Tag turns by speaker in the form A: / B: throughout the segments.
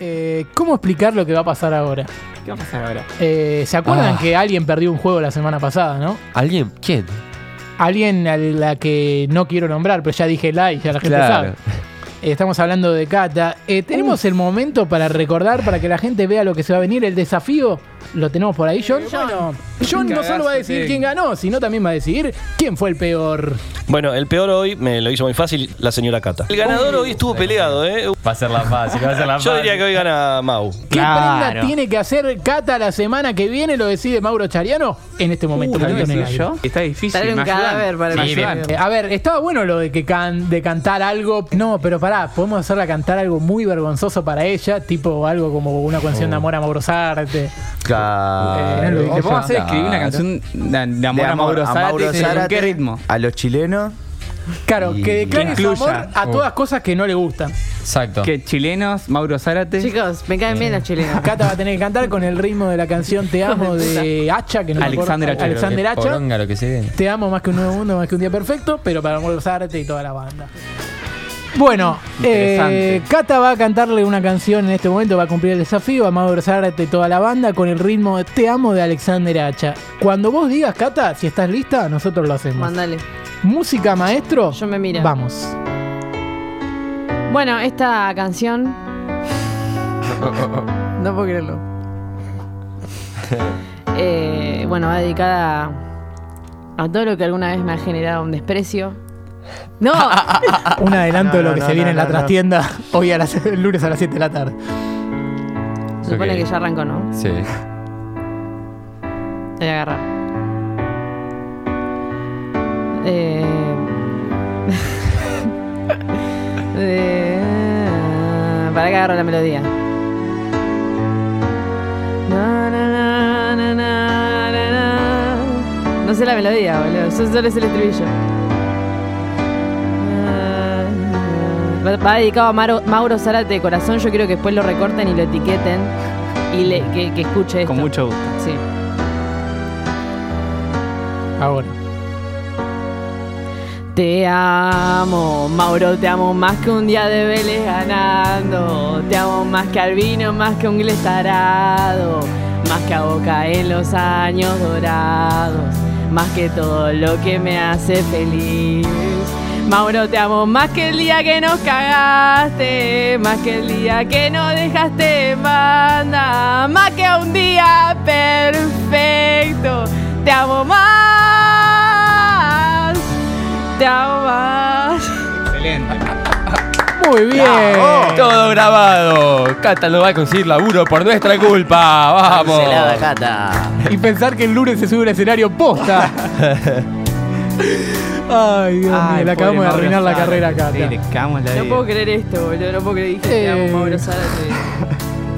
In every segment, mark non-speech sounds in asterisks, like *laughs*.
A: eh, ¿cómo explicar lo que va a pasar ahora?
B: ¿Qué va a pasar ahora?
A: Eh, ¿Se acuerdan
C: Ah.
A: que alguien perdió un juego la semana pasada, no?
C: ¿Alguien? ¿Quién?
A: Alguien a la que no quiero nombrar, pero ya dije la y ya la gente sabe. Eh, Estamos hablando de Cata. Eh, tenemos el momento para recordar, para que la gente vea lo que se va a venir. El desafío lo tenemos por ahí, John. Bueno, John no solo va a
B: Cagazo,
A: decidir
B: sí.
A: quién ganó, sino también va a decidir quién fue el peor.
D: Bueno, el peor hoy me lo hizo muy fácil la señora Cata. El ganador hoy estuvo peleado, ¿eh?
E: Va a ser la fácil, va a ser la fácil.
D: *laughs* Yo diría que hoy gana Mau.
A: ¿Qué
B: Claro.
A: prenda tiene que hacer Cata la semana que viene? Lo decide Mauro Chariano en este momento.
B: ¿Tengo
A: Lo
B: que
A: tiene
B: decir
A: ahí.
B: Uh, yo? Está difícil.
F: Traer un
B: ¿me ayudan?
F: cadáver para
B: ¿Me
F: que
B: ayudan?
F: ayude.
A: Eh, a ver, estaba bueno lo de que can- de cantar algo. No, pero pará, podemos hacerla cantar algo muy vergonzoso para ella, tipo algo como una canción de amor a Mauro Sartre. Eh,
C: Oh. Claro.
A: lo dije
B: ¿Te puedo hacer
C: Claro.
B: escribir una canción de, de amor a Mauro Zárate? ¿Con qué ritmo?
G: A los chilenos.
A: Claro,
C: Y- Oh.
A: que declare
B: que
A: su amor
B: incluya.
A: a todas cosas que no le gustan.
E: Exacto. Eh,
B: ¿Qué? ¿Chilenos? ¿Mauro Zárate?
F: Chicos, me caen bien los chilenos.
A: *laughs* Cata va a tener que cantar con el ritmo de la
C: *laughs*
A: canción Te amo de Hacha, que no me acuerdo-
B: Alexander Hacha.
A: Alexander
E: Qué
A: Hacha.
E: poronga lo que se viene.
A: Te amo más que un nuevo mundo, más que un día perfecto, pero para Mauro Sartre y toda la banda. Bueno,
B: Interesante.
A: eh, Cata va a cantarle una canción en este momento, va a cumplir el desafío a Mauro Sartre y toda la banda con el ritmo de Te amo de Alexander Hacha. Cuando vos digas, Cata, si estás lista, nosotros lo hacemos.
F: Mandale.
A: Música, maestro.
F: Yo me miro.
A: Vamos.
F: Bueno, esta canción. No puedo creerlo. Eh, bueno, va dedicada a, a todo lo que alguna vez me ha generado un desprecio. ¡No!
A: Un adelanto de lo
G: Ah, No,
A: que
G: no,
A: se
G: no,
A: viene
G: no,
A: en la
G: no.
A: trastienda *laughs* hoy a las, el lunes a las 7 de la tarde.
F: Se supone
E: Ok.
F: que ya arrancó, ¿no?
E: Sí.
F: Te voy a agarrar. Eh... *laughs* Eh, Para que agarro la melodía. Na, na, na, na, na, na, na. No sé la melodía, boludo. Solo, solo es el estribillo. Na, na. Va, va dedicado a Maro- Mauro Zárate, corazón. Yo quiero que después lo recorten y lo etiqueten. Y le- que, que escuche esto.
B: Con mucho gusto.
F: Sí.
G: Ah,
A: Ahora.
F: Te amo, Mauro, te amo más que un día de Vélez ganando. Te amo más que al vino, más que un inglés tarado. Más que a Boca en los años dorados. Más que todo lo que me hace feliz. Mauro, te amo más que el día que nos cagaste. Más que el día que nos dejaste en banda. Más que un día perfecto. Te amo más. Te amo más.
B: Excelente.
A: Muy bien.
E: ¡Eh!
D: Oh.
E: Todo grabado. Cata no va a conseguir laburo por nuestra culpa. Vamos.
C: Cancelada, Cata.
A: Y pensar que el lunes se sube al escenario posta. Ay, Dios mío, le acabamos de arruinar la carrera acá.
B: Sí, le cagamos la
F: No
B: vida.
F: puedo creer esto, boludo. No puedo creer. Dije, te
A: Eh.
F: amo, Mauro Zárate.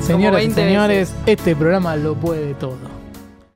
A: Señoras y
F: 20
A: señores, este programa lo puede todo.